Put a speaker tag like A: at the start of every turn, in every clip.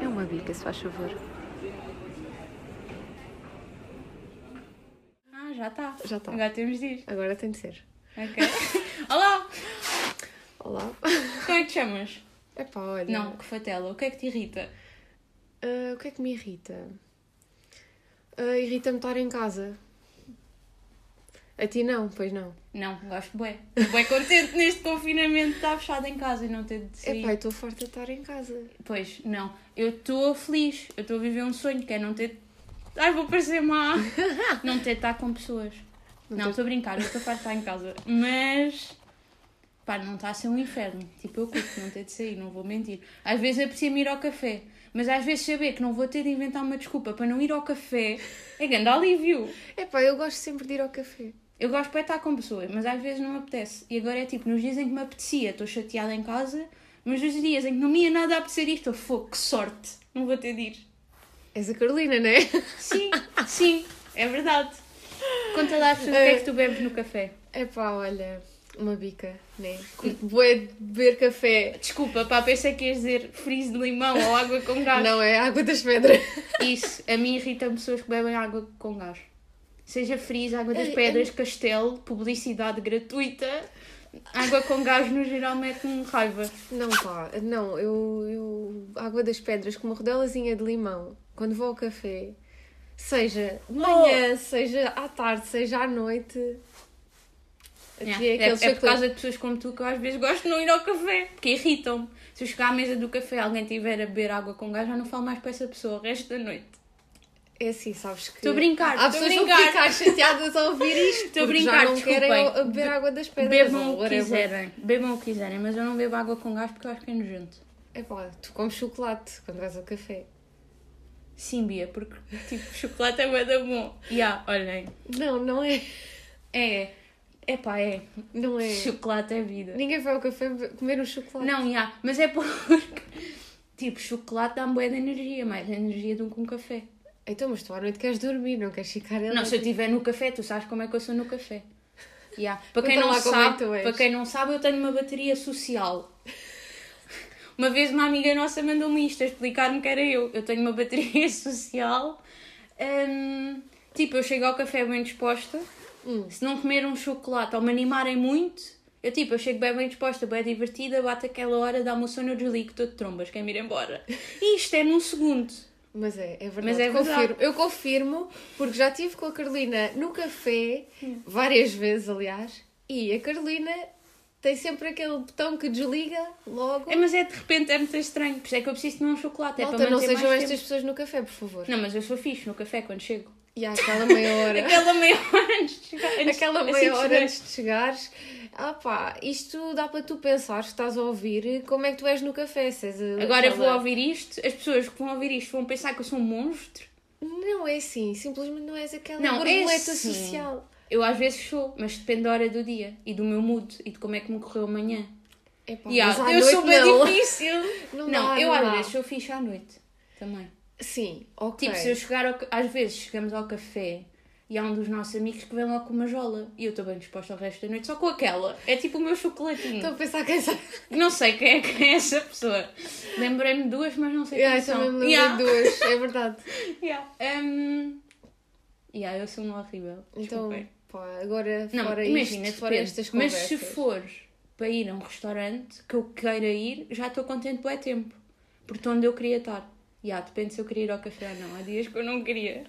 A: É uma bica, se faz favor.
B: Ah, já está.
A: Já tá.
B: Agora temos de ir.
A: Agora tem de ser.
B: Ok. Olá!
A: Olá.
B: Como é que te chamas?
A: Epá, olha.
B: Não, que fatela. O que é que te irrita?
A: Ah, o que é que me irrita? Ah, Irrita-me estar em casa. A ti não, pois não.
B: Não, gosto bué. Estou bué contente neste confinamento de estar fechado em casa e não ter de sair.
A: Epá, eu estou farta de estar em casa.
B: Pois, não. Eu estou feliz. Eu estou a viver um sonho que é não ter... Ai, vou parecer má. não ter de estar com pessoas. Não, estou a brincar. Eu estou farta de estar em casa. Mas... Pá, não está a ser um inferno. Tipo, eu curto não ter de sair, não vou mentir. Às vezes aprecio-me ir ao café. Mas às vezes saber que não vou ter de inventar uma desculpa para não ir ao café é grande alívio.
A: Epá, eu gosto sempre de ir ao café.
B: Eu gosto para estar com pessoas, mas às vezes não me apetece. E agora é tipo, nos dias em que me apetecia, estou chateada em casa, mas nos dias em que não me ia nada a apetecer isto, eu fogo, que sorte, não vou ter de ir.
A: És a Carolina, não é?
B: Sim, sim, é verdade. Conta lá, Arthur, o que é que tu bebes no café?
A: Epá, olha, uma bica, né? Curto bué de beber café.
B: Desculpa, pá, pensei que ias dizer frizz de limão ou água com gás.
A: Não é água das pedras.
B: Isso, a mim irritam pessoas que bebem água com gás. Seja frizz, água das pedras, castelo, publicidade gratuita. Água com gás no geral mete-me raiva.
A: Não, pá, não, eu, eu. Água das pedras com uma rodelazinha é de limão, quando vou ao café, seja de manhã, seja à tarde, seja à noite.
B: Yeah.
A: Aqui é
B: É,
A: aquele
B: é por
A: chocolate.
B: causa de pessoas como tu que eu às vezes gosto de não ir ao café, porque irritam-me. Se eu chegar à mesa do café e alguém tiver a beber água com gás, já não falo mais para essa pessoa o resto da noite.
A: É assim, sabes que.
B: Estou a brincar,
A: Há
B: estou a
A: pessoas que vão
B: brincar.
A: ficar chateadas ao ouvir isto.
B: Estou a
A: porque
B: brincar,
A: já não
B: desculpem.
A: querem a- a beber água das pedras.
B: Bebam
A: ou
B: o
A: é,
B: que
A: whatever.
B: quiserem, bebam o que quiserem, mas eu não bebo água com gás porque eu acho que é nojento.
A: Epá, tu comes chocolate quando vais ao café.
B: Sim, Bia, porque tipo, chocolate é bué da bom. Ya, olhem.
A: Não, não é.
B: É, é pá, é.
A: Não é.
B: Chocolate é vida.
A: Ninguém vai ao café be- comer um chocolate.
B: Não, já, mas é porque, tipo, chocolate dá-me bué de energia, mais energia do que um café.
A: Então, mas tu à noite queres dormir, não queres ficar ali.
B: Não, se eu estiver no café, tu sabes como é que eu sou no café. Ya. Para,
A: Conta
B: quem não
A: lá como é que
B: sabe,
A: tu és.
B: para quem não sabe, eu tenho uma bateria social. Uma vez uma amiga nossa mandou-me isto a explicar-me que era eu. Eu tenho uma bateria social. hum, tipo, eu chego ao café bem disposta.
A: Hum.
B: Se não comer um chocolate ou me animarem muito, eu tipo, eu chego bem bem disposta, bem divertida, bato aquela hora, dá-me o sono, eu desligo, estou de trombas, quero me ir embora. E isto é num segundo.
A: Mas é, é verdade.
B: Mas é
A: confirmo.
B: verdade.
A: Eu confirmo, porque já estive com a Carolina no café, várias vezes, aliás, e a Carolina tem sempre aquele botão que desliga logo.
B: É, mas é de repente, é muito estranho. Por isso é que eu preciso de um chocolate. É
A: Malta,
B: para
A: não
B: manter
A: sejam
B: mais
A: estas pessoas no café, por favor.
B: Não, mas eu sou fixe no café quando chego.
A: E há aquela meia hora.
B: Aquela meia hora antes de chegar. antes-
A: Aquela
B: assim
A: meia
B: que
A: hora
B: chegar.
A: antes de chegares, ah pá, isto dá para tu pensar, se estás a ouvir, como é que tu és no café. Se és a-
B: Agora
A: aquela-
B: vou ouvir isto. As pessoas que vão ouvir isto vão pensar que eu sou um monstro.
A: Não é assim, simplesmente não és aquela
B: Não, é
A: borboleta
B: assim.
A: social.
B: Eu às vezes sou, mas depende da hora do dia e do meu mood e de como é que me correu amanhã.
A: Epá,
B: E há-
A: mas à
B: eu sou
A: noite
B: bem
A: não.
B: difícil.
A: Não
B: Não,
A: dá,
B: eu
A: não
B: às
A: dá.
B: vezes sou fixe à noite também.
A: Sim, ok.
B: Tipo, se eu chegar ao... ca- Às vezes chegamos ao café e há um dos nossos amigos que vem lá com uma jola e eu estou bem disposta ao resto da noite só com aquela. É tipo o meu chocolatinho.
A: Estou a pensar que essa.
B: Não sei quem é, quem é essa pessoa. Lembrei-me de duas, mas não sei quem
A: Yeah, eu
B: são.
A: Ah, também me lembrei
B: Yeah.
A: de duas, é verdade.
B: Yeah. Um, yeah, eu sou um horrível.
A: Então,
B: Desculpem.
A: pá, agora
B: não,
A: fora
B: imagina,
A: isto, fora
B: depende.
A: estas
B: mas
A: conversas.
B: se for para ir a um restaurante que eu queira ir, já estou contente por tempo. Porque onde eu queria estar. Yeah, depende se eu queria ir ao café ou não. Há dias que eu não queria.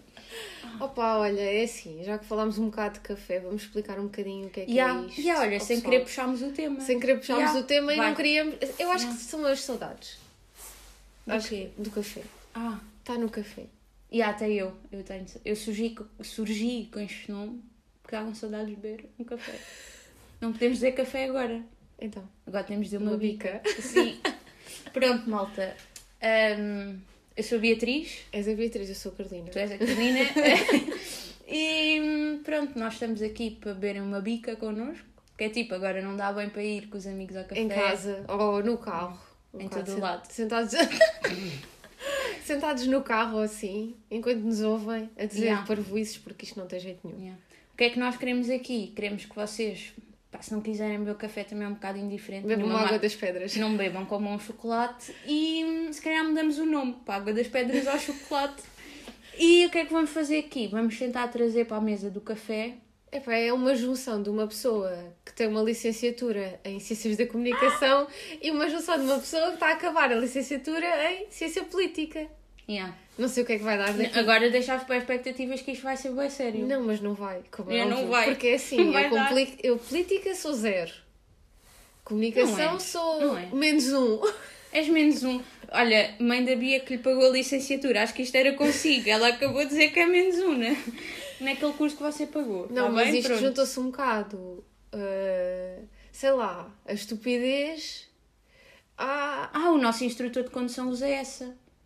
A: Opa, olha, é assim, já que falámos um bocado de café, vamos explicar um bocadinho o que é que
B: Yeah.
A: é isto.
B: yeah, olha,
A: ao
B: sem
A: pessoal.
B: querer puxámos o tema.
A: Sem querer puxarmos
B: Yeah,
A: o tema e
B: vai.
A: não queríamos. Eu acho que são as saudades.
B: Do
A: Acho
B: quê?
A: que- do café.
B: Ah,
A: Está no café.
B: e até eu. Eu, tenho, eu surgi, co- surgi com este nome porque estavam saudades de beber um café. Não podemos dizer café agora.
A: Então,
B: Agora temos de uma,
A: Uma bica.
B: bica. Sim. Pronto, malta. Ahm, eu sou a Beatriz,
A: és a Beatriz, eu sou a Carolina.
B: tu és a Carolina. e hum, pronto, nós estamos aqui para beberem uma bica connosco. Que é tipo, agora não dá bem para ir com os amigos ao café.
A: Em casa ou no carro. Um
B: Em
A: bocado
B: todo
A: sen-
B: lado.
A: Sentados. Sentados no carro assim, enquanto nos ouvem a dizer
B: Yeah.
A: parvoices, porque isto não tem jeito nenhum.
B: Yeah. O que é que nós queremos aqui? Queremos que vocês Pá, se não quiserem beber o café também é um bocado indiferente.
A: Bebo
B: Nenhuma
A: uma água
B: mar-
A: das pedras.
B: Não bebam, comam um chocolate e hum, se calhar mudamos o nome para Água das Pedras ao Chocolate. E o que é que vamos fazer aqui? Vamos tentar trazer para a mesa do café.
A: Epá, é uma junção de uma pessoa que tem uma licenciatura em Ciências da Comunicação e uma junção de uma pessoa que está a acabar a licenciatura em Ciência Política.
B: Yeah.
A: Não sei o que é que vai dar daqui.
B: Agora deixava para expectativas que isto vai ser bem sério.
A: Não, mas não vai. Como é
B: É, não
A: óbvio.
B: vai.
A: Porque é assim,
B: Não vai
A: eu,
B: dar.
A: compli- eu política sou zero. Comunicação
B: Não é.
A: sou
B: Não é.
A: menos um.
B: És menos um. Olha, mãe da Bia que lhe pagou a licenciatura, acho que isto era consigo. Ela acabou de dizer que é menos um, né? Naquele curso que você pagou.
A: Não,
B: Tá
A: mas
B: bem?
A: isto
B: Pronto.
A: juntou-se um bocado. uh, sei lá, a estupidez. Ah,
B: Ah, o nosso instrutor de condução usa essa.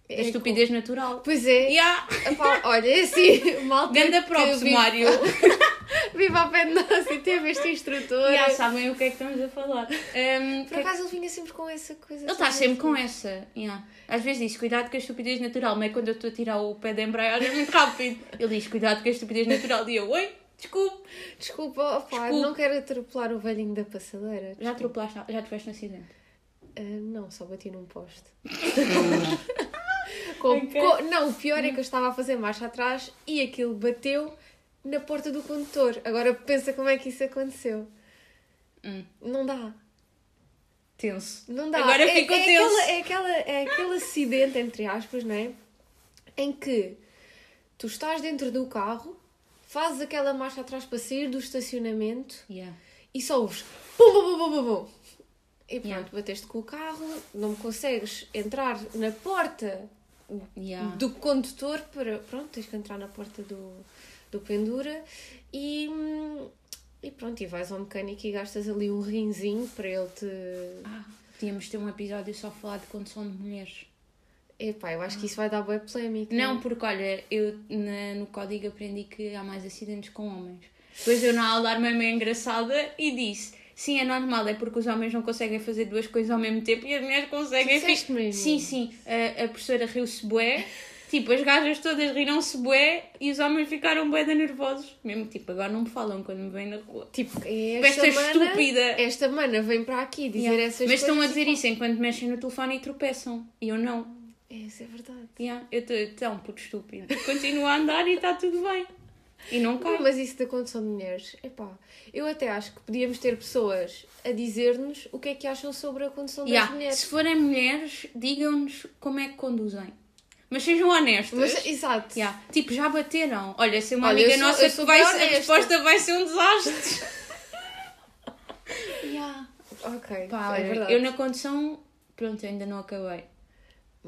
B: A
A: É
B: estupidez natural.
A: pois é.
B: Yeah.
A: Epá, olha, é assim, malta.
B: Ganda
A: que
B: props,
A: vive-
B: Mário.
A: Viva ao pé de nós e teve este instrutor.
B: Já sabem o que é que estamos a falar. Ahm, que- é-
A: Por acaso ele vinha sempre com essa coisa. assim, né?
B: Ele está sempre com essa. yeah. Às vezes diz, cuidado com a estupidez natural, mas é quando eu estou a tirar o pé da embreagem é muito rápido. Ele diz, cuidado com a estupidez natural. E eu, oi, desculpe.
A: Desculpa, opá,
B: Desculpa.
A: não quero atropelar o velhinho da passadeira.
B: Já atropelaste, já tiveste um acidente.
A: Ah, não, só bati num poste. Com-
B: Ok.
A: com- não, o pior é que eu estava a fazer marcha atrás e aquilo bateu na porta do condutor. Agora pensa como é que isso aconteceu.
B: Hum.
A: Não dá.
B: Tenso.
A: Não dá.
B: Agora
A: é,
B: ficou
A: é
B: tenso.
A: aquela- é, aquela, é aquele acidente, entre aspas, não é? Em que tu estás dentro do carro, fazes aquela marcha atrás para sair do estacionamento
B: Yeah.
A: e só ouves pum, pum, pum, pum, pum, pum. E pronto,
B: Yeah.
A: bateste com o carro, não consegues entrar na porta
B: Yeah.
A: do condutor para. Pronto, tens que entrar na porta do, do pendura e. hum, E pronto, e vais ao mecânico e gastas ali um rinzinho para ele te.
B: Ah, podíamos ter um episódio só a falar de condição de mulheres.
A: Epá, eu acho que isso vai dar boa polémica.
B: Não, porque olha, eu na- no código aprendi que há mais acidentes com homens. Depois eu na aula armei meio engraçada e disse: Sim, é normal, é porque os homens não conseguem fazer duas coisas ao mesmo tempo e as mulheres conseguem.
A: Disseste mesmo?
B: Sim, sim. A, a professora riu-se bué. Tipo, as gajas todas riram-se bué e os homens ficaram bué de nervosos. Mesmo tipo, agora não me falam quando me vêm na rua.
A: Tipo, é esta,
B: Esta estúpida.
A: estúpida. Esta mana vem para aqui dizer
B: Yeah.
A: essas coisas.
B: Mas
A: tipo-
B: estão a dizer isso enquanto mexem no telefone e tropeçam. E eu não.
A: Isso é verdade.
B: Yeah, eu estou tão puto estúpido. Continua a andar e está tudo bem. E não cai.
A: Não, mas isso da condição de mulheres, epá, eu até acho que podíamos ter pessoas a dizer-nos o que é que acham sobre a condição das
B: Yeah,
A: mulheres.
B: Se forem mulheres, digam-nos como é que conduzem. Mas sejam honestas.
A: Mas, exato.
B: Yeah, Tipo, já bateram. Olha, se uma
A: Olha,
B: amiga
A: eu sou-
B: nossa
A: eu sou
B: vai
A: bem
B: ser- a
A: honesta.
B: resposta vai ser um desastre. yeah.
A: Ok,
B: Pá,
A: é
B: olha,
A: verdade.
B: eu na condução, pronto, ainda não acabei.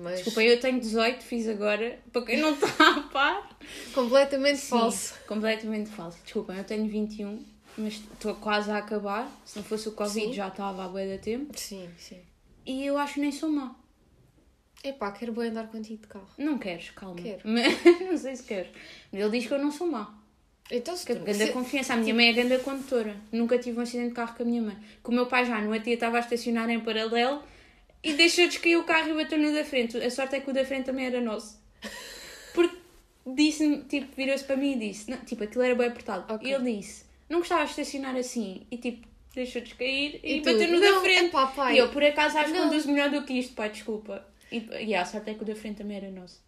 A: Mas
B: Desculpa, eu tenho 18, fiz agora. Para quem não está a par.
A: completamente
B: Sim,
A: falso.
B: Completamente falso. Desculpem, eu tenho 21, mas estou quase a acabar. Se não fosse o Covid
A: Sim.
B: já estava a bué da tempo.
A: Sim, sim.
B: E eu acho que nem sou má.
A: Epá, quero bem andar contigo de carro.
B: Não queres, calma.
A: Quero.
B: Mas, não sei se queres. Mas ele diz que eu não sou má.
A: Então se
B: Que
A: tu-
B: grande
A: se-
B: confiança. A minha mãe é grande condutora. Nunca tive um acidente de carro com a minha mãe. Que o meu pai já, não a tia estava a estacionar em paralelo e deixou descair o carro e bateu no da frente. A sorte é que o da frente também era nosso. Porque disse-me, tipo, virou-se para mim e disse, não, tipo, aquilo era bem apertado.
A: Ok.
B: E ele disse, não gostava de estacionar assim. E tipo, deixou descair e,
A: E tu?
B: bateu no da
A: Não,
B: frente.
A: epá, pai.
B: E eu, por acaso, acho que
A: Não.
B: conduz melhor do que isto, pai, desculpa. E, e a sorte é que o da frente também era nosso.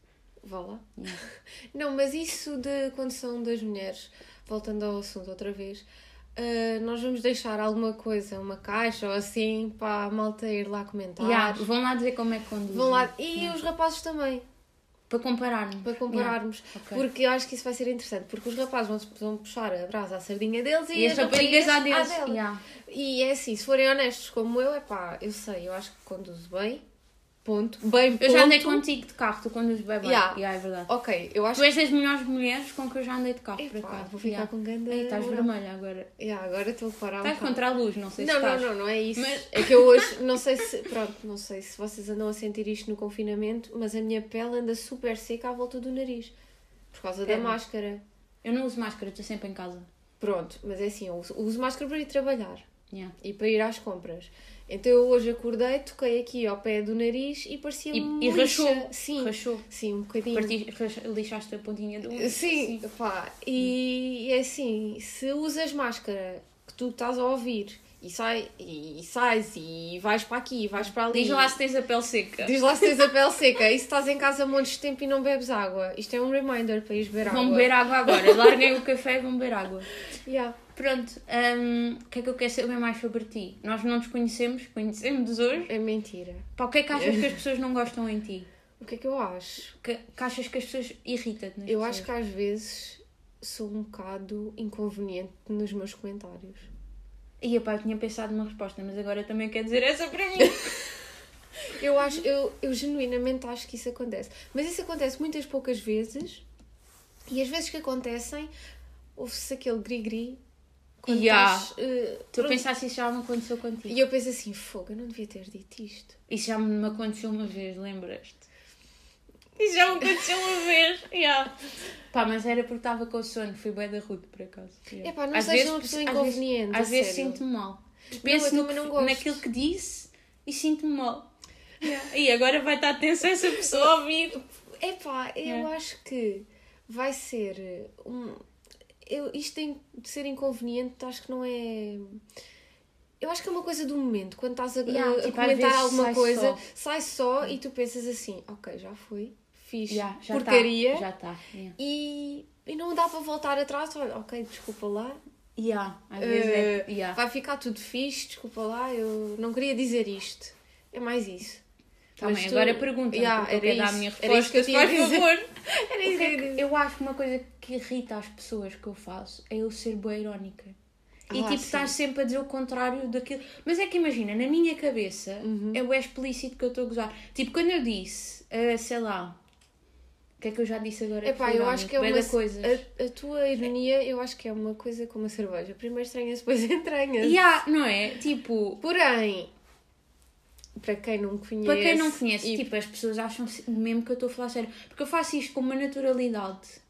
A: Vá lá. Não, mas isso da condição das mulheres, voltando ao assunto outra vez, ah, nós vamos deixar alguma coisa, uma caixa ou assim, para a malta ir lá comentar.
B: Yeah, vão lá dizer como é que conduz.
A: Vão lá. E os rapazes também,
B: Para compararmos.
A: para compararmos.
B: Yeah, ok.
A: Porque eu acho que isso vai ser interessante, porque os rapazes vão, vão puxar a brasa à sardinha deles e,
B: E as raparigas à deles.
A: à dela.
B: Yeah.
A: E é assim, se forem honestos como eu, é pá, eu sei, eu acho que conduzo bem, ponto. Bem, ponto.
B: Eu já andei contigo de carro, tu conduzes bem bem.
A: Yeah.
B: Yeah, é verdade.
A: Ok, eu acho
B: Tu é- és das melhores mulheres com que eu já andei de carro,
A: que.
B: por
A: Epá,
B: acaso.
A: vou ficar
B: Yeah.
A: com grande.
B: Ei, estás
A: moral.
B: vermelha agora.
A: Yeah, agora estou a parar. um
B: Estás
A: bocado.
B: contra a luz, não sei se
A: Não, não,
B: estás.
A: não, não é isso.
B: Mas-
A: É que eu hoje, não sei se, pronto, não sei se vocês andam a sentir isto no confinamento, mas a minha pele anda super seca à volta do nariz, por causa
B: Pera.
A: da máscara.
B: Eu não uso máscara, estou sempre em casa.
A: Pronto, mas é assim, eu uso, uso máscara para ir trabalhar
B: Yeah.
A: e para ir às compras. Então eu hoje acordei, toquei aqui ao pé do nariz e parecia
B: E, e
A: lixa.
B: rachou.
A: Sim,
B: Rachou.
A: sim, um bocadinho.
B: Parti, racha- lixaste a pontinha do.
A: Sim, pá, e é assim, se usas máscara que tu estás a ouvir. E, sai, e sais, e vais para aqui, e vais para ali.
B: Diz lá se tens a pele seca.
A: Diz lá se tens a pele seca. E se estás em casa há montes de tempo e não bebes água? Isto é um reminder para ires beber água.
B: Vão beber água agora. Larguem o café e vão beber água.
A: Yeah.
B: Pronto, hum, o que é que eu quero saber mais sobre ti? Nós não nos conhecemos, conhecemos hoje.
A: É mentira.
B: Pá, o que é que achas que as pessoas não gostam em ti?
A: O que é que eu acho?
B: Que, que achas que as pessoas irritam-te? nas
A: Eu acho
B: pessoas?
A: que às vezes sou um bocado inconveniente nos meus comentários.
B: Ia pá, eu tinha pensado numa resposta, mas agora também quer dizer essa para mim. Uhum.
A: Eu acho, eu, eu genuinamente acho que isso acontece. Mas isso acontece muitas poucas vezes. E as vezes que acontecem, ouve-se aquele gri-gri. Quando
B: Yeah.
A: estás, eh,
B: Estou a
A: pronto.
B: pensar se isso já me aconteceu contigo.
A: E eu penso assim, fogo, eu não devia ter dito isto.
B: Isso já me aconteceu uma vez, lembras-te? Isso já me aconteceu uma vez, já. Pá, mas era porque estava com sono, fui bué da rude, por acaso. Yeah.
A: Epá, não sejas uma pessoa inconveniente,
B: Às
A: a
B: vezes,
A: sério.
B: sinto-me mal. Penso
A: eu
B: no,
A: também
B: que-
A: não gosto.
B: naquilo que disse e sinto-me mal. E agora vai estar tensa essa pessoa a ouvir.
A: Epá, eu
B: Yeah.
A: acho que vai ser um. Eu, isto tem de ser inconveniente, acho que não é. Eu acho que é uma coisa do momento, quando estás a,
B: Yeah,
A: a- a
B: tipo, às
A: comentar
B: vezes
A: alguma
B: sai
A: coisa,
B: só.
A: sai só e tu pensas assim, ok, já foi, fiz
B: Já, já tá,
A: porcaria
B: já está. Yeah.
A: E, e não dá para voltar atrás, olha, ok, desculpa lá,
B: Yeah, às vezes
A: eh,
B: é. yeah.
A: vai ficar tudo fixe, desculpa lá, eu não queria dizer isto. É mais isso.
B: Tá
A: Mas
B: bem,
A: tu-
B: agora pergunta-me,
A: Yeah,
B: porque eu
A: era
B: quero dar a
A: isso.
B: minha
A: Era isso que eu
B: resposta, se
A: tinha a
B: faz
A: dizer.
B: favor.
A: Era
B: O
A: isso
B: que
A: que
B: é
A: eu
B: que-
A: ia dizer.
B: eu acho que uma coisa que irrita as pessoas que eu faço é eu ser boa irónica. E
A: Ah,
B: tipo,
A: sim.
B: estar sempre a dizer o contrário daquilo. Mas é que imagina, na minha cabeça
A: Uhum.
B: é o explícito que eu estou a gozar. Tipo, quando eu disse, ah, sei lá, o que é que eu já disse agora?
A: Epá,
B: Fui
A: eu acho
B: irónico,
A: que é
B: bué
A: uma.
B: da coisas.
A: A, a tua ironia, eu acho que é uma coisa como a cerveja. Primeiro estranha-se, depois entranha-se.
B: E há, não é? Tipo,
A: Porém, para quem não conhece.
B: para quem não conhece,
A: e-
B: tipo, as pessoas acham se- mesmo que eu estou a falar sério. Porque eu faço isto com uma naturalidade.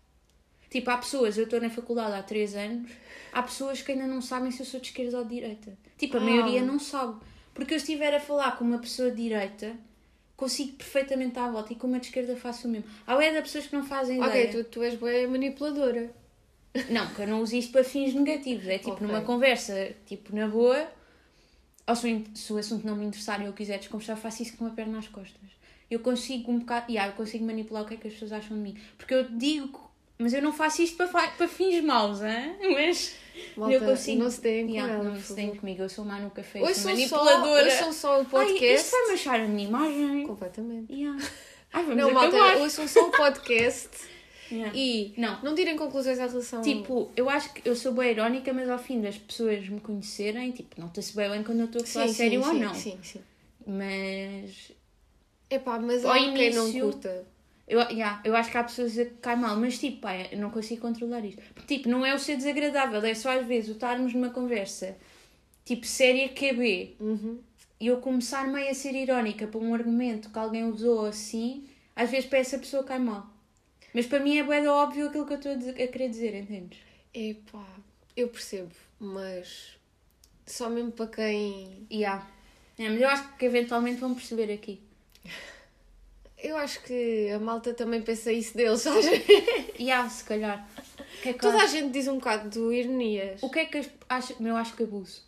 B: Tipo, há pessoas, eu estou na faculdade há 3 anos, há pessoas que ainda não sabem se eu sou de esquerda ou de direita. Tipo, a
A: Ah.
B: maioria não sabe. Porque eu estiver a falar com uma pessoa de direita, consigo perfeitamente dar a volta e com uma de esquerda faço o mesmo. Há é de pessoas que não fazem
A: Ok,
B: ideia.
A: tu, tu és boa manipuladora.
B: Não, que eu não uso isto para fins negativos. É tipo
A: Ok.
B: numa conversa, tipo, na boa, ou se, o in- se o assunto não me interessar e eu quiser desconversar, faço isso com uma perna nas costas. Eu consigo um bocado, yeah, eu consigo manipular o que é que as pessoas acham de mim. Porque eu digo, mas eu não faço isto para, fa- para fins maus, hein? mas
A: Malta,
B: eu consigo.
A: não se deem com
B: Yeah,
A: ela,
B: não
A: por
B: se deem
A: favor.
B: comigo, eu sou má no café, eu sou
A: Ouçam só,
B: manipuladora.
A: ouçam só o
B: Ai,
A: podcast.
B: isto vai manchar a minha imagem.
A: Completamente.
B: Yeah. Ai, vamos
A: Não, malta,
B: acabar.
A: ouçam só o podcast
B: Yeah.
A: e
B: Não.
A: não tirem conclusões à relação.
B: Tipo, eu acho que eu sou bem irónica, mas ao fim das pessoas me conhecerem, tipo, nota-se bem bem quando eu estou a falar sério ou
A: sim,
B: não.
A: Sim, sim.
B: Mas
A: Epá, mas
B: Ao
A: há quem não
B: início-
A: curta.
B: eu, yeah, eu acho que há pessoas a que cai mal, mas tipo, pá, eu não consigo controlar isto. Porque, tipo, não é o ser desagradável, é só às vezes o estarmos numa conversa tipo séria QB
A: Uhum.
B: e eu começar meio a ser irónica por um argumento que alguém usou assim, às vezes para essa pessoa cai mal. Mas para mim é bué de óbvio aquilo que eu estou a, dizer- a querer dizer, entendes?
A: Epá, eu percebo, mas só mesmo para quem.
B: Yeah. É, mas eu acho que eventualmente vão perceber aqui.
A: Eu acho que a malta também pensa isso deles. sabes?
B: E há, se calhar. O que é que
A: Toda
B: eu
A: a
B: acho?
A: gente diz um bocado de ironias.
B: O que é que achas? Eu acho que abuso.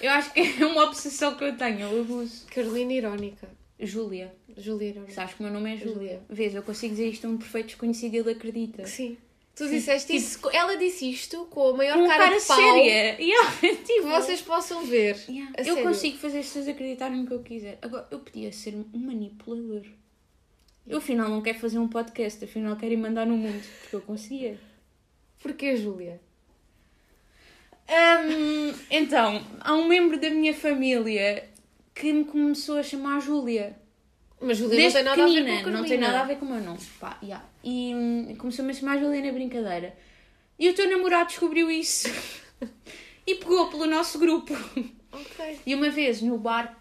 B: Eu acho que é uma obsessão que eu tenho, eu abuso.
A: Carolina Irónica.
B: Júlia.
A: Júlia Irónica.
B: Sabes que o meu nome é Júlia.
A: Júlia.
B: Vês, eu consigo dizer isto a um perfeito desconhecido e ele acredita.
A: Sim. Tu disseste
B: Tipo,
A: isso. Ela disse isto com a maior
B: Uma
A: Um cara, de pau
B: séria. E eu,
A: que
B: tipo,
A: vocês possam ver.
B: Yeah.
A: A
B: Eu
A: sério.
B: consigo fazer as pessoas acreditarem no que eu quiser. Agora, eu podia ser um manipulador. Eu afinal não quero fazer um podcast, afinal quero ir mandar no mundo, porque eu conseguia.
A: Porquê, Júlia?
B: Hum, então, há um membro da minha família que me começou a chamar Júlia.
A: Mas Júlia
B: Desde
A: não tem nada a ver
B: pequenina,
A: com Carolina.
B: não tem nada a ver com o meu nome. Pá, yeah. E hum, começou-me a chamar Júlia na brincadeira. E o teu namorado descobriu isso. e pegou pelo nosso grupo.
A: Ok.
B: E uma vez no bar,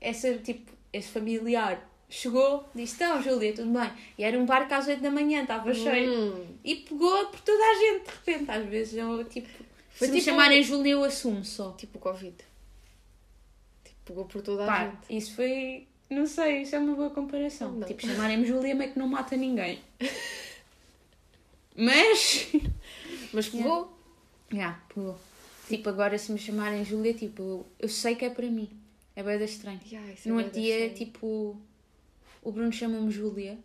B: essa, tipo, esse familiar chegou, disse: Então, Júlia, tudo bem. E era um bar que às 8 da manhã estava cheio.
A: Hum.
B: E pegou por toda a gente de repente. Às vezes eu, tipo.
A: Foi
B: se me
A: tipo-
B: chamarem Júlia, eu assumo só.
A: Tipo Covid. Tipo, pegou por toda a
B: Pá,
A: gente.
B: isso foi. Não sei, isso é uma boa comparação.
A: Não.
B: Tipo, chamarem-me Júlia meio que não mata ninguém. Mas.
A: Mas pegou.
B: Já, pegou. Tipo, agora se me chamarem Júlia, tipo, eu, eu sei que é para mim. É bem estranho.
A: Yeah, isso é
B: Numa
A: bué da
B: dia,
A: estranho.
B: tipo, o Bruno chama-me Júlia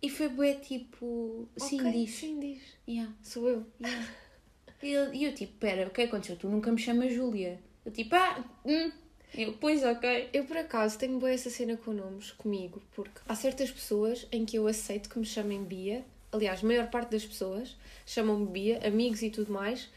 B: e foi bué, tipo, sim,
A: Ok,
B: diz.
A: Sim, diz.
B: Yeah.
A: Sou eu.
B: E ele- e eu, tipo, pera, o que é que aconteceu? Tu nunca me chamas Júlia. Eu, tipo, ah, hum. Eu, pois, ok.
A: Eu, por acaso, tenho boa essa cena com nomes comigo, porque há certas pessoas em que eu aceito que me chamem Bia. Aliás, a maior parte das pessoas chamam-me Bia, amigos e tudo mais.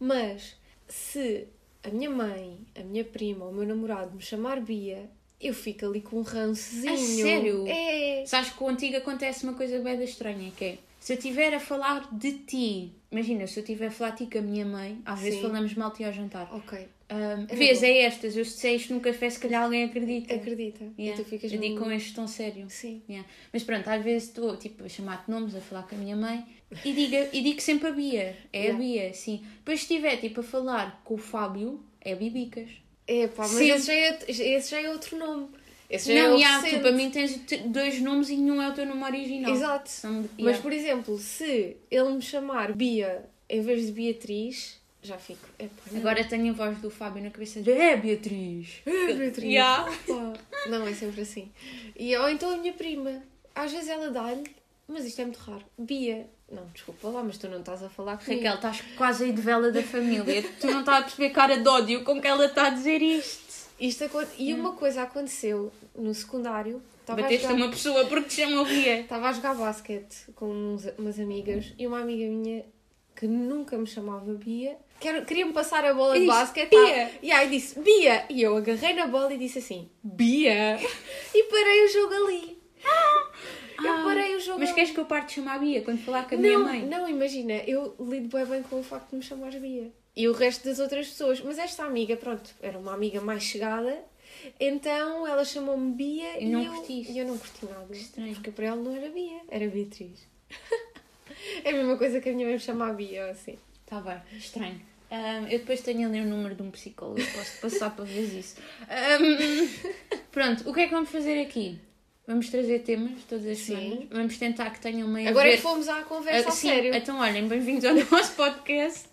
A: Mas se a minha mãe, a minha prima ou o meu namorado me chamar Bia, eu fico ali com um rancezinho.
B: A sério?
A: É.
B: Sabes que contigo acontece uma coisa bem estranha, que é, se eu estiver a falar de ti, imagina, se eu estiver a falar de ti com a minha mãe, às vezes
A: Sim. Uhum.
B: falamos mal de ti ao jantar.
A: Ok,
B: Um,
A: Era
B: vês,
A: bom.
B: é estas, eu sei isto num café, se calhar alguém acredita.
A: acredita.
B: É. Yeah.
A: E tu ficas
B: eu digo
A: mesmo-
B: com este tão sério.
A: Sim.
B: Yeah. Mas pronto, às vezes estou tipo, a chamar-te nomes, a falar com a minha mãe e, diga, e digo sempre a Bia. É
A: Yeah.
B: a Bia, sim. Depois se estiver tipo, a falar com o Fábio, é Bibicas.
A: É pá, mas
B: Sim.
A: esse já, é, esse já é outro nome. Esse já é
B: não,
A: o
B: yeah, tu
A: recente.
B: para mim tens t- dois nomes e nenhum é o teu nome original.
A: Exato.
B: São, yeah.
A: Mas, por exemplo, se ele me chamar Bia em vez de Beatriz, já fico. Epá, não.
B: Agora tenho a voz do Fábio na cabeça de É Beatriz!
A: Ah, Beatriz.
B: Yeah.
A: Pá. Não, é sempre assim. E, ou então a minha prima. Às vezes ela dá-lhe, mas isto é muito raro. Bia. Não, desculpa lá, mas tu não estás a falar comigo.
B: Raquel, estás tá quase aí de vela da família. tu não estás a perceber a cara de ódio com que ela está a dizer isto.
A: Isto aconte- E uma coisa aconteceu no secundário. Estava a
B: Hum. Bateste a
A: jogar,
B: uma pessoa porque te chamam Bia.
A: estava a jogar basquete com uns- umas amigas e uma amiga minha que nunca me chamava Bia. quero- Queria-me passar a bola
B: E
A: de
B: disse,
A: basquete.
B: "Bia."
A: E aí disse Bia! E eu agarrei na bola e disse assim: Bia! E parei o jogo ali. eu parei o jogo
B: Ah, Mas
A: ali.
B: queres que eu parte de chamar Bia quando falar com a
A: não,
B: minha mãe?
A: Não, imagina, eu lido bem bem com o facto de me chamar Bia. E o resto das outras pessoas. Mas esta amiga, pronto, era uma amiga mais chegada. Então ela chamou-me Bia
B: E
A: e,
B: não
A: eu,
B: curtiste.
A: e eu não curti nada.
B: estranho.
A: Porque para ela não era Bia, era Beatriz. é a mesma coisa que a minha mãe me chama a Bia, ou assim.
B: Tá bem, estranho. Ahm, eu depois tenho ali o número de um psicólogo, posso passar para ver isso. Ahm, pronto, o que é que vamos fazer aqui? Vamos trazer temas todas as
A: Sim.
B: semanas. Vamos tentar que tenham meio a
A: Agora é
B: ver-
A: que fomos à conversa a
B: Ah, sim,
A: sério.
B: Então, olhem, bem-vindos ao nosso podcast.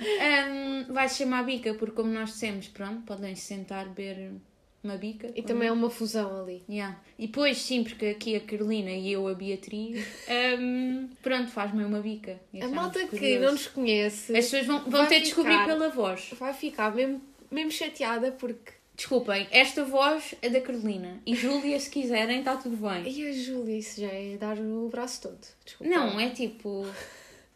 B: Ahm, vai se chamar bica, porque como nós dissemos, pronto, podem se sentar, beber uma bica.
A: E também é uma fusão ali.
B: Yeah. E depois, sim, porque aqui a Carolina e eu a Beatriz, ahm, pronto, faz-me uma bica. E
A: a
B: achamos
A: malta que
B: curioso.
A: não nos conhece
B: As pessoas vão, vão
A: vai
B: ter de descobrir
A: ficar.
B: pela voz.
A: vai ficar mesmo, mesmo chateada porque.
B: Desculpem, esta voz é da Carolina. E Júlia, se quiserem, está tudo bem.
A: E a Júlia, isso já é dar o braço todo. Desculpa.
B: Não, é tipo.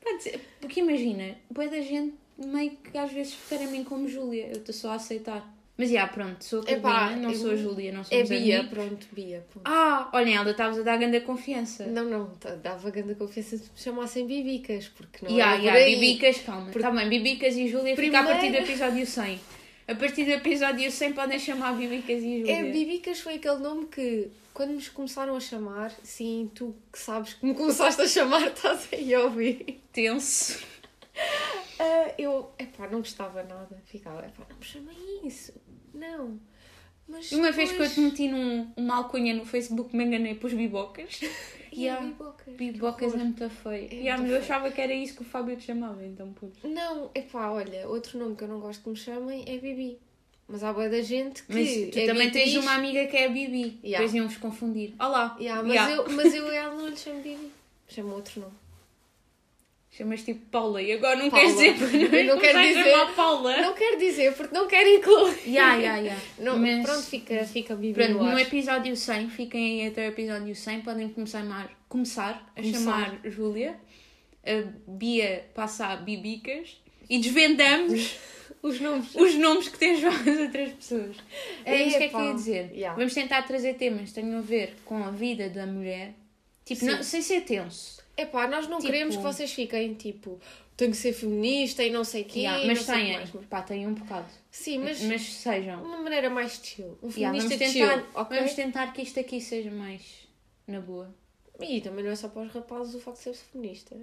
B: pode ser- Porque imagina, boa da gente meio que às vezes refere a mim como Júlia. Eu estou só a aceitar. Mas já, pronto, sou a
A: Epá,
B: Carolina, não
A: eu-
B: sou a Júlia, não sou
A: É Bia, pronto, Bia. ponto.
B: Ah, olhem, ela estavas a dar grande confiança.
A: Não, não, tá- dava grande confiança se me chamassem Bibicas, porque não
B: E há,
A: era
B: e
A: por
B: há,
A: aí.
B: Bibicas, calma. Está bem, Bibicas e Júlia fica a partir do
A: Primeiro-
B: episódio 100. A partir do episódio 100 podem chamar Bibicas e Júlia.
A: É, Bibicas foi aquele nome que, quando nos começaram a chamar, sim, tu que sabes que me começaste a chamar, estás aí a ouvir.
B: Tenso.
A: Ah, eu, epá, não gostava nada. Ficava, epá, não me chamem isso. Não. Mas
B: Uma vez que eu te
A: depois-
B: meti num, uma alcunha no Facebook, me enganei pus bibocas.
A: E a
B: Yeah.
A: Bibocas.
B: Bibocas
A: Que
B: é
A: horror.
B: muito feio.
A: É
B: Yeah,
A: muito
B: mas eu
A: feio.
B: achava que era isso que o Fábio te chamava, então pus.
A: Não, epá, olha, outro nome que eu não gosto que me chamem é Bibi. Mas há boa da gente que.
B: Mas tu
A: é
B: também tens
A: Bibis.
B: uma amiga que é a Bibi.
A: Yeah.
B: Depois iam-vos confundir. Olá.
A: Yeah, mas,
B: Yeah.
A: Eu, mas eu a ela não lhe chamo Bibi. Chamo outro nome.
B: Chamas tipo Paula e agora não
A: Paula.
B: queres dizer para
A: Eu não quero dizer-
B: chamar Paula.
A: Não quero dizer, porque não quero incluir.
B: Yeah, yeah, yeah.
A: Não,
B: Mas-
A: Pronto, fica, fica Bibi
B: Pronto, é
A: no ar.
B: no episódio 100, fiquem aí até o episódio 100, podem começar a, mar- começar a
A: Começar.
B: chamar Júlia, a Bia passa a Bibicas e desvendamos
A: Os nomes.
B: os nomes que tens para as outras pessoas. É isto que é que
A: Epá.
B: eu ia dizer.
A: Yeah.
B: Vamos tentar trazer temas que tenham a ver com a vida da mulher, tipo,
A: Sim.
B: não- sem ser tenso.
A: Epá, nós não
B: Tipo-
A: queremos que vocês fiquem tipo. Tenho que ser feminista e não sei o quê.
B: Yeah,
A: e
B: mas
A: não sei o que
B: tenham,
A: mais.
B: pá, tenham um bocado.
A: Sim,
B: Mas,
A: mas de
B: sejam.
A: uma maneira mais chill. Um
B: Yeah, vamos,
A: feminista
B: tentar,
A: chill, ok?
B: vamos tentar que isto aqui seja mais na boa.
A: E também não é só para os rapazes o facto de ser feminista,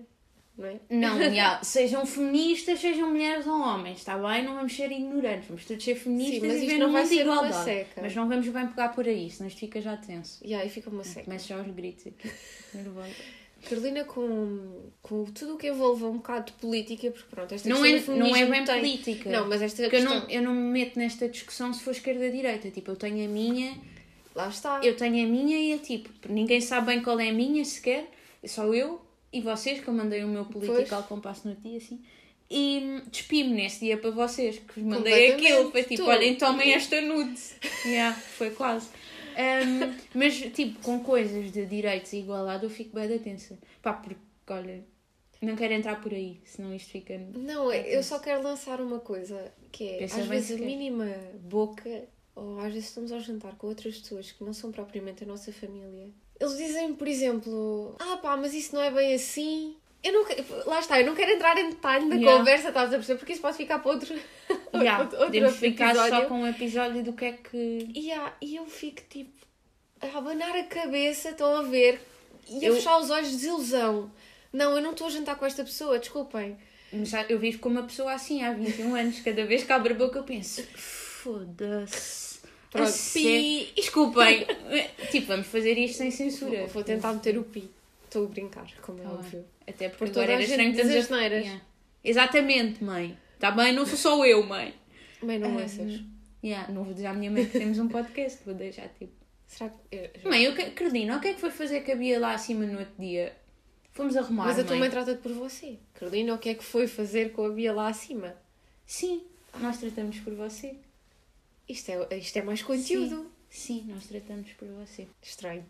A: não é?
B: Não, já, sejam feministas, sejam mulheres ou homens, está bem? Não vamos ser ignorantes, vamos todos ser feministas
A: Sim, mas
B: e
A: isto
B: ver
A: não
B: no
A: vai
B: mundo
A: ser uma
B: igualdade.
A: seca.
B: Mas não vamos bem pegar por aí, senão isto fica já tenso.
A: E aí fica uma seca.
B: Começo já aos gritos aqui, nervosa.
A: Carolina com, com tudo o que envolve um bocado de política, porque pronto, esta
B: Não é,
A: questão do
B: não é
A: feminismo
B: bem
A: tem-
B: política.
A: Não, mas esta
B: Porque eu
A: questão,
B: não, eu não me meto nesta discussão se for esquerda-direita. Tipo, eu tenho a minha,
A: lá está.
B: eu tenho a minha e é tipo, ninguém sabe bem qual é a minha sequer, É só eu e vocês, que eu mandei o meu político
A: Pois.
B: ao compasso no dia, assim. E hum, despi-me nesse dia para vocês, que vos mandei aquilo. Foi tipo,
A: Tu.
B: olhem, tomem esta nude. yeah, foi quase. Hum, mas, tipo, com coisas de direitos e igualdade, eu fico bem da tensa. Pá, porque, olha, não quero entrar por aí, senão isto fica.
A: Não, eu só quero lançar uma coisa, que é,
B: Pensa
A: às
B: É bem
A: vezes a
B: se quer.
A: mínima boca, ou às vezes estamos ao jantar com outras pessoas que não são propriamente a nossa família, eles dizem, por exemplo, ah pá, mas isso não é bem assim... Eu não, que- lá está, eu não quero entrar em detalhe na
B: Yeah.
A: conversa, estás a perceber? Porque isso pode ficar para outro,
B: Yeah,
A: outro, outro
B: podemos ficar
A: episódio.
B: só com um episódio do que é que.
A: E há- e eu fico tipo a abanar a cabeça, estão a ver, e a
B: Eu-
A: fechar os olhos de desilusão. Não, eu não estou a jantar com esta pessoa, desculpem.
B: Mas já- eu vivo com uma pessoa assim há 21 anos. Cada vez que abro a boca eu penso, foda-se.
A: Pronto,
B: Assim, desculpem. tipo, vamos fazer isto sem censura.
A: Vou, vou tentar meter o pi. Estou a brincar, como é
B: Tá bem.
A: óbvio.
B: Até porque
A: Por
B: agora
A: toda a
B: era estranho
A: gente
B: estamos
A: diz
B: a-
A: asneiras.
B: Yeah. Exatamente, mãe. Está bem? Não sou só eu, mãe.
A: Mãe, não
B: Ah,
A: lanças.
B: Yeah, não vou dizer à minha mãe que temos um podcast. Vou deixar tipo.
A: Será que. eh, eu- eu-
B: Mãe, eu, Carolina, o que é que foi fazer que havia lá acima no outro dia? Fomos arrumar.
A: Mas a tua
B: mãe.
A: mãe tá- trata-te por você. Carolina, o que é que foi fazer com a Bia lá acima?
B: Sim, nós tratamos por você.
A: Isto é, isto é mais conteúdo.
B: Sim, nós tratamos por você.
A: Estranho.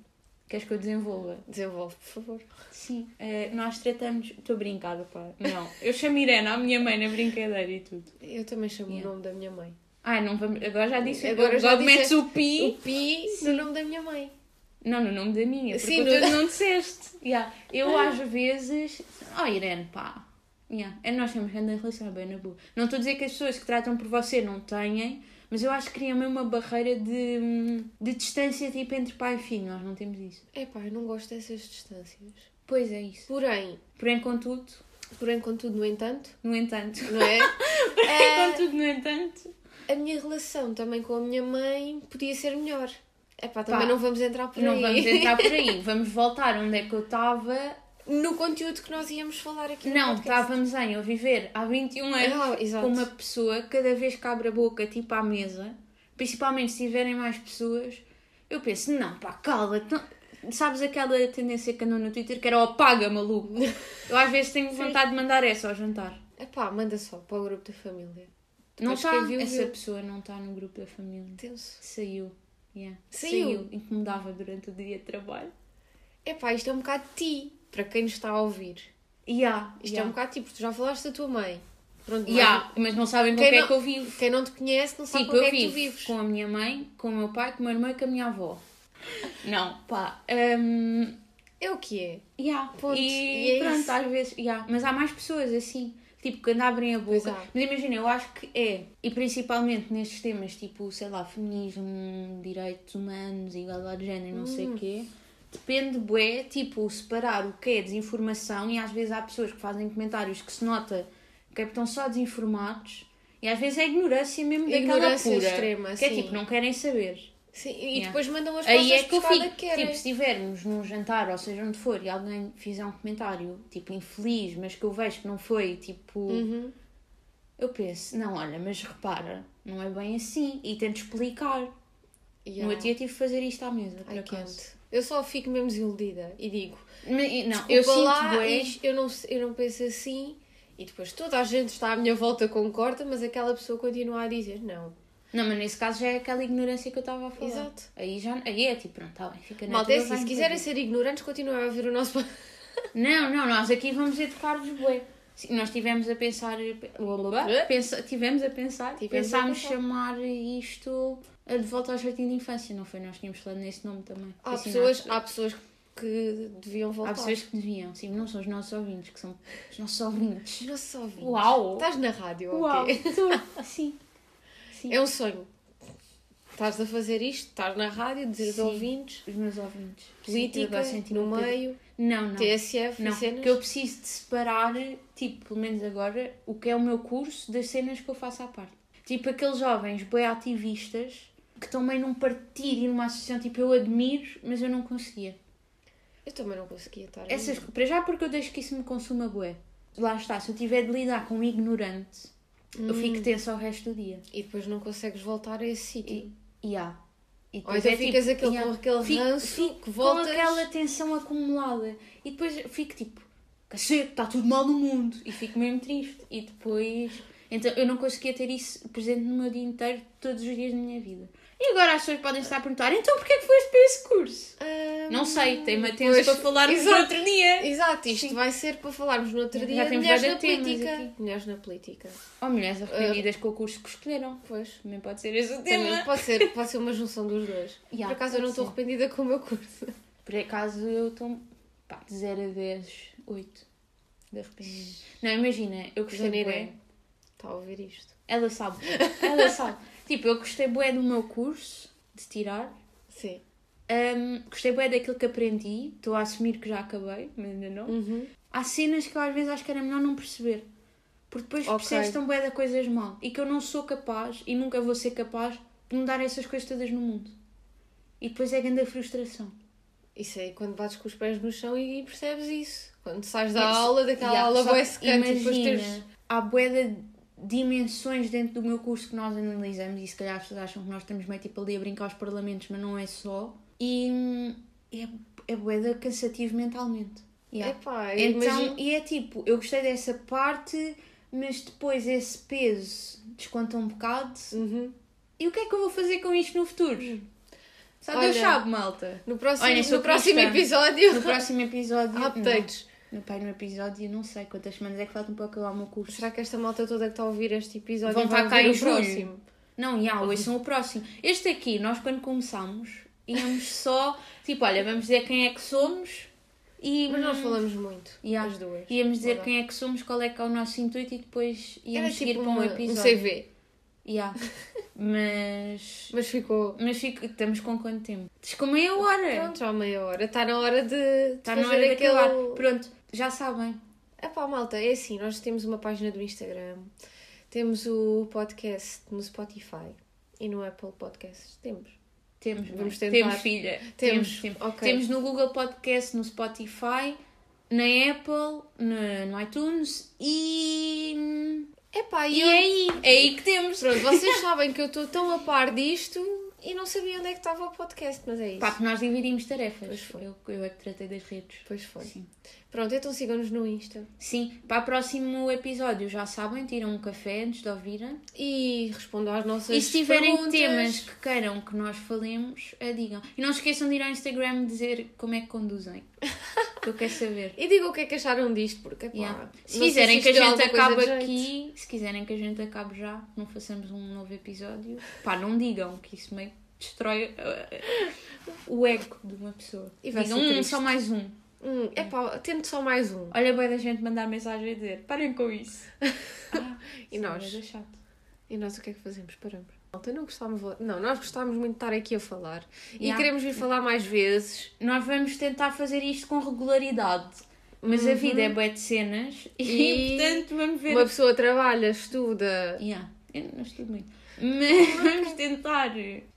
B: Queres que eu desenvolva?
A: Desenvolve, por favor.
B: Sim, eh, nós tratamos. Estou brincada, pá. Não, eu chamo Irene à minha mãe na brincadeira e tudo.
A: Eu também chamo
B: Yeah.
A: o nome da minha mãe.
B: Ai, não vamos. Agora já disse.
A: Agora
B: Agora,
A: já
B: metes
A: disseste.
B: o pi.
A: O Pi no nome da minha mãe.
B: Não, no nome da minha. Porque
A: Sim,
B: o
A: no-
B: teu não disseste. Yeah. Eu às vezes. Oh, Irene, pá. Yeah. É, nós temos grande relação, é bem na boa. Não estou a dizer que as pessoas que tratam por você não têm, mas eu acho que cria mesmo uma barreira de, hum, de distância tipo entre pai e filho. Nós não temos isso.
A: Epá, eu não gosto dessas distâncias.
B: Pois é, isso.
A: Porém,
B: Porém, contudo,
A: porém, contudo, no entanto,
B: no entanto.
A: não é?
B: Porém, contudo, no entanto.
A: A minha relação também com a minha mãe podia ser melhor. Epá, também
B: Pá,
A: não vamos entrar por
B: Não
A: aí.
B: vamos entrar por aí, vamos voltar onde é que eu estava.
A: No conteúdo que nós íamos falar aqui no
B: Não,
A: podcast.
B: estávamos em eu viver há 21 anos
A: Ah, exato.
B: com uma pessoa, cada vez que abre a boca, tipo à mesa, principalmente se tiverem mais pessoas, eu penso, não, pá, cala-te. não- Sabes aquela tendência que andou no Twitter que era o apaga, maluco? Eu às vezes tenho vontade de mandar essa ao jantar.
A: Epá, manda só para o grupo da família.
B: Não
A: Depois
B: está,
A: quem viu,
B: essa
A: viu.
B: pessoa não está no grupo da família.
A: Tenso.
B: Saiu. Yeah.
A: Saiu.
B: Incomodava durante o dia de trabalho.
A: Epá, isto é um bocado de ti, para quem nos está a ouvir.
B: Yeah,
A: Isto é um
B: yeah.
A: bocado de ti, porque tu já falaste da tua mãe. Pronto, não é?
B: Yeah, mas não sabem com o
A: Quem
B: que é
A: não-
B: que eu vivo.
A: Quem não te conhece não sabe
B: Tipo,
A: como é
B: eu
A: que tu
B: vivo
A: vives.
B: com a minha mãe, com o meu pai, com o meu irmão e com a minha avó. Não, pá. hum,
A: É o que é.
B: yeah,
A: Ponto.
B: E,
A: E é
B: pronto,
A: isso.
B: às vezes. yeah, Mas há mais pessoas assim, tipo, que abrem a
A: Pois
B: boca.
A: há.
B: Mas imagina, eu acho que é. E principalmente nestes temas, tipo, sei lá, feminismo, direitos humanos, igualdade de género, não
A: Hum.
B: sei o quê. Depende, bué, tipo, separar o que é desinformação e às vezes há pessoas que fazem comentários que se nota que é porque estão só desinformados e às vezes é ignorância mesmo daquela
A: Ignorância
B: pura.
A: extrema,
B: que é
A: sim.
B: tipo, não querem saber.
A: Sim, e
B: Yeah.
A: depois mandam as
B: Aí
A: coisas
B: é que eu
A: buscar
B: fico,
A: da que querem.
B: tipo, se estivermos num jantar, ou seja, onde for, e alguém fizer um comentário, tipo, infeliz, mas que eu vejo que não foi, tipo,
A: Uhum.
B: eu penso, não, olha, mas repara, não é bem assim, e tento explicar. No
A: Yeah.
B: outro dia tive de fazer isto à mesa, por
A: I
B: acaso.
A: can't. Eu só fico mesmo desiludida e digo,
B: Me- e- Não,
A: eu
B: eu sinto
A: lá,
B: bué,
A: e eu não, eu não penso assim, e depois toda a gente está à minha volta concorda, mas aquela pessoa continua a dizer não.
B: não, mas nesse caso já é aquela ignorância que eu estava a falar.
A: Exato.
B: Aí, já, aí é tipo, pronto, tá bem, fica na
A: Malta,
B: tua,
A: é assim,
B: vai
A: se
B: me
A: quiserem ser ignorantes, continuem a ouvir o nosso.
B: Não, não, nós aqui vamos educar-vos bué. Sim, Nós estivemos a pensar. Pensa, tivemos a pensar.
A: Tivemos
B: pensámos
A: a pensar.
B: chamar isto a de volta ao jardim de infância, não foi? Nós tínhamos falado nesse nome também.
A: Há
B: Assim,
A: pessoas,
B: nós-
A: há pessoas que deviam voltar.
B: há pessoas que deviam, sim, não são os nossos ouvintes, que são os nossos ouvintes.
A: Não só ouvintes.
B: Uau!
A: Estás na rádio,
B: Uau!
A: ok?
B: tu- Sim. Sim.
A: É um sonho. Estás a fazer isto, estás na rádio, dizer aos
B: Sim.
A: ouvintes,
B: Os meus ouvintes. Sim, eu
A: política,
B: agora senti-me
A: no
B: um bocadinho-
A: meio,
B: Não, não.
A: TSF, e
B: Não,
A: cenas.
B: que eu preciso de separar, tipo, pelo menos agora, o que é o meu curso das cenas que eu faço à parte. Tipo, aqueles jovens bem ativistas que estão meio num partido e numa associação, tipo, eu admiro, mas eu não conseguia.
A: Eu também não conseguia estar.
B: Essas, para já porque eu deixo que isso me consuma bué. Lá está, se eu tiver de lidar com um ignorante, eu fico
A: Hum.
B: tensa o resto do dia.
A: E depois não consegues voltar a esse sítio.
B: E, e há. E
A: Ou
B: depois
A: então
B: é
A: ficas
B: tipo,
A: aquele,
B: e há.
A: com aquele
B: Fico-
A: ranço
B: fico
A: que voltas.
B: Com aquela tensão acumulada. E depois fico tipo, cacete, está tudo mal no mundo. E fico mesmo triste. E depois. Então eu não conseguia ter isso presente no meu dia inteiro, todos os dias da minha vida. E agora as pessoas podem estar a perguntar: então porquê é que foste para esse curso?
A: Ah,
B: Não sei, tem-me
A: pois,
B: atenção para falarmos no
A: exato.
B: outro dia.
A: Exato, isto vai ser para falarmos no outro
B: Já
A: dia.
B: temos
A: Mulheres na
B: vários temas
A: política.
B: aqui.
A: Mulheres na política.
B: Ou Oh, mulheres arrependidas com o curso que escolheram.
A: Pois.
B: Também pode ser esse o tema.
A: Ah. Também pode ser, pode ser uma junção dos dois.
B: Ya,
A: Por acaso eu
B: pode
A: não estou
B: ser.
A: arrependida com o meu curso.
B: Por acaso eu estou pá, de 0 a 10, 8 de arrependimento. Não, imagina, eu gostei
A: Janiré
B: bué.
A: está a ouvir isto.
B: Ela sabe, ela sabe. tipo, eu gostei bué do meu curso de tirar.
A: Sim.
B: Ahm, gostei bué daquilo que aprendi. Estou a assumir que já acabei, mas ainda não.
A: Uhum.
B: Há cenas que eu às vezes acho que era melhor não perceber. Porque depois
A: Ok.
B: percebes tão bué de coisas mal. E que eu não sou capaz, e nunca vou ser capaz, de mudar essas coisas todas no mundo. E depois é grande a frustração.
A: Isso aí, quando bates com os pés no chão e e percebes isso. Quando sais da
B: Yes.
A: aula, daquela
B: Yeah,
A: aula
B: só
A: boa
B: que
A: secante, e depois
B: imagina,
A: teres.
B: Há bué de dimensões dentro do meu curso que nós analisamos e se calhar as pessoas acham que nós estamos meio tipo ali a brincar aos parlamentos, mas não é só. E hum, é, é bué de cansativo mentalmente. Yeah.
A: Epá, eu
B: então,
A: imagino-
B: e é tipo, eu gostei dessa parte, mas depois esse peso desconta um bocado.
A: Uhum. Hum.
B: E o que é que eu vou fazer com isto no futuro? Só Deus
A: Olha,
B: sabe, malta.
A: No próximo,
B: Olha, sou
A: no próximo
B: cristã.
A: episódio.
B: No próximo episódio.
A: há updates.
B: Não. No próximo episódio, não sei quantas semanas é que faltam para acabar o meu curso.
A: Será que esta malta toda que está a ouvir este episódio
B: Vão
A: vai
B: estar cá
A: ouvir
B: em
A: o
B: julho.
A: próximo?
B: Não, e há,
A: um
B: ouçam o próximo. Este aqui, nós quando começámos, íamos só, tipo, olha, vamos dizer quem é que somos e.
A: Mas nós falamos muito,
B: Yeah.
A: as duas.
B: Íamos dizer
A: Verdade.
B: quem é que somos, qual é que é o nosso intuito e depois íamos
A: Era
B: seguir
A: tipo
B: para um
A: uma- um
B: episódio.
A: CV,
B: Yeah. Mas.
A: mas ficou...
B: Mas fico- estamos com quanto tempo? Diz com meia hora.
A: Pronto, já há meia hora. Está na hora de, de
B: Está Tá na
A: fazer
B: hora de
A: aquele...
B: acabar. Pronto, já sabem.
A: Epá, malta, é assim, nós temos uma página do Instagram, temos o podcast no Spotify e no Apple Podcasts, temos.
B: Temos,
A: Vamos
B: mãe.
A: tentar.
B: Temos, filha.
A: Temos, ok.
B: Temos no Google Podcast, no Spotify, na Apple, no, no iTunes e.
A: Epá, e
B: E
A: eu...
B: é aí. É aí que temos.
A: Pronto, vocês sabem que eu estou tão a par disto e não sabia onde é que estava o podcast, mas é isso.
B: Pá, porque nós dividimos tarefas.
A: Pois foi.
B: Eu, eu é que tratei das redes.
A: Pois foi.
B: Sim.
A: Pronto, então sigam-nos no Insta
B: Sim, para o próximo episódio, já sabem, tiram um café antes de ouvirem.
A: e respondam às nossas
B: E se tiverem
A: perguntas.
B: temas que queiram que nós falemos, eh, digam. E não se esqueçam de ir ao Instagram dizer como é que conduzem. Que eu quero saber.
A: E digam o que é que acharam disto, porque epá,
B: Yeah.
A: não
B: Se
A: sei
B: quiserem
A: isto
B: que a
A: deu
B: gente
A: alguma coisa
B: acabe
A: de jeito.
B: aqui, se quiserem que a gente acabe já, não façamos um novo episódio, pá, não digam que isso meio destrói eh, o ego de uma pessoa.
A: E vai
B: digam
A: ser
B: um,
A: triste."
B: só mais um.
A: Hum, epá, tento só mais um.
B: Olha bem da gente mandar mensagem a dizer, parem com isso. Ah,
A: E
B: isso
A: nós?
B: é bué da chato.
A: E nós o que é que fazemos? Paramos. Malta, não gostávamos. Não, nós gostávamos muito de estar aqui a falar. E
B: Yeah.
A: queremos vir falar mais vezes.
B: Nós vamos tentar fazer isto com regularidade. Mas a vida é bué de cenas e,
A: Uhum. E-
B: portanto vamos ver.
A: Uma pessoa trabalha, estuda,
B: Yeah. Eu não estudo muito. Mas vamos tentar.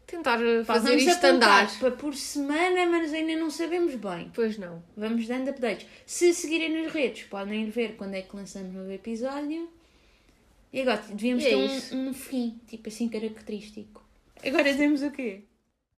A: tentar uh,
B: Pá,
A: fazer
B: vamos
A: isto
B: apontar
A: andar.
B: Para por semana, mas ainda não sabemos bem.
A: Pois não.
B: Vamos dando updates. Se seguirem nas redes, podem ir ver quando é que lançamos novo episódio. E agora devíamos
A: E é
B: ter um-
A: isso.
B: um fim, tipo assim, característico. Agora temos o quê?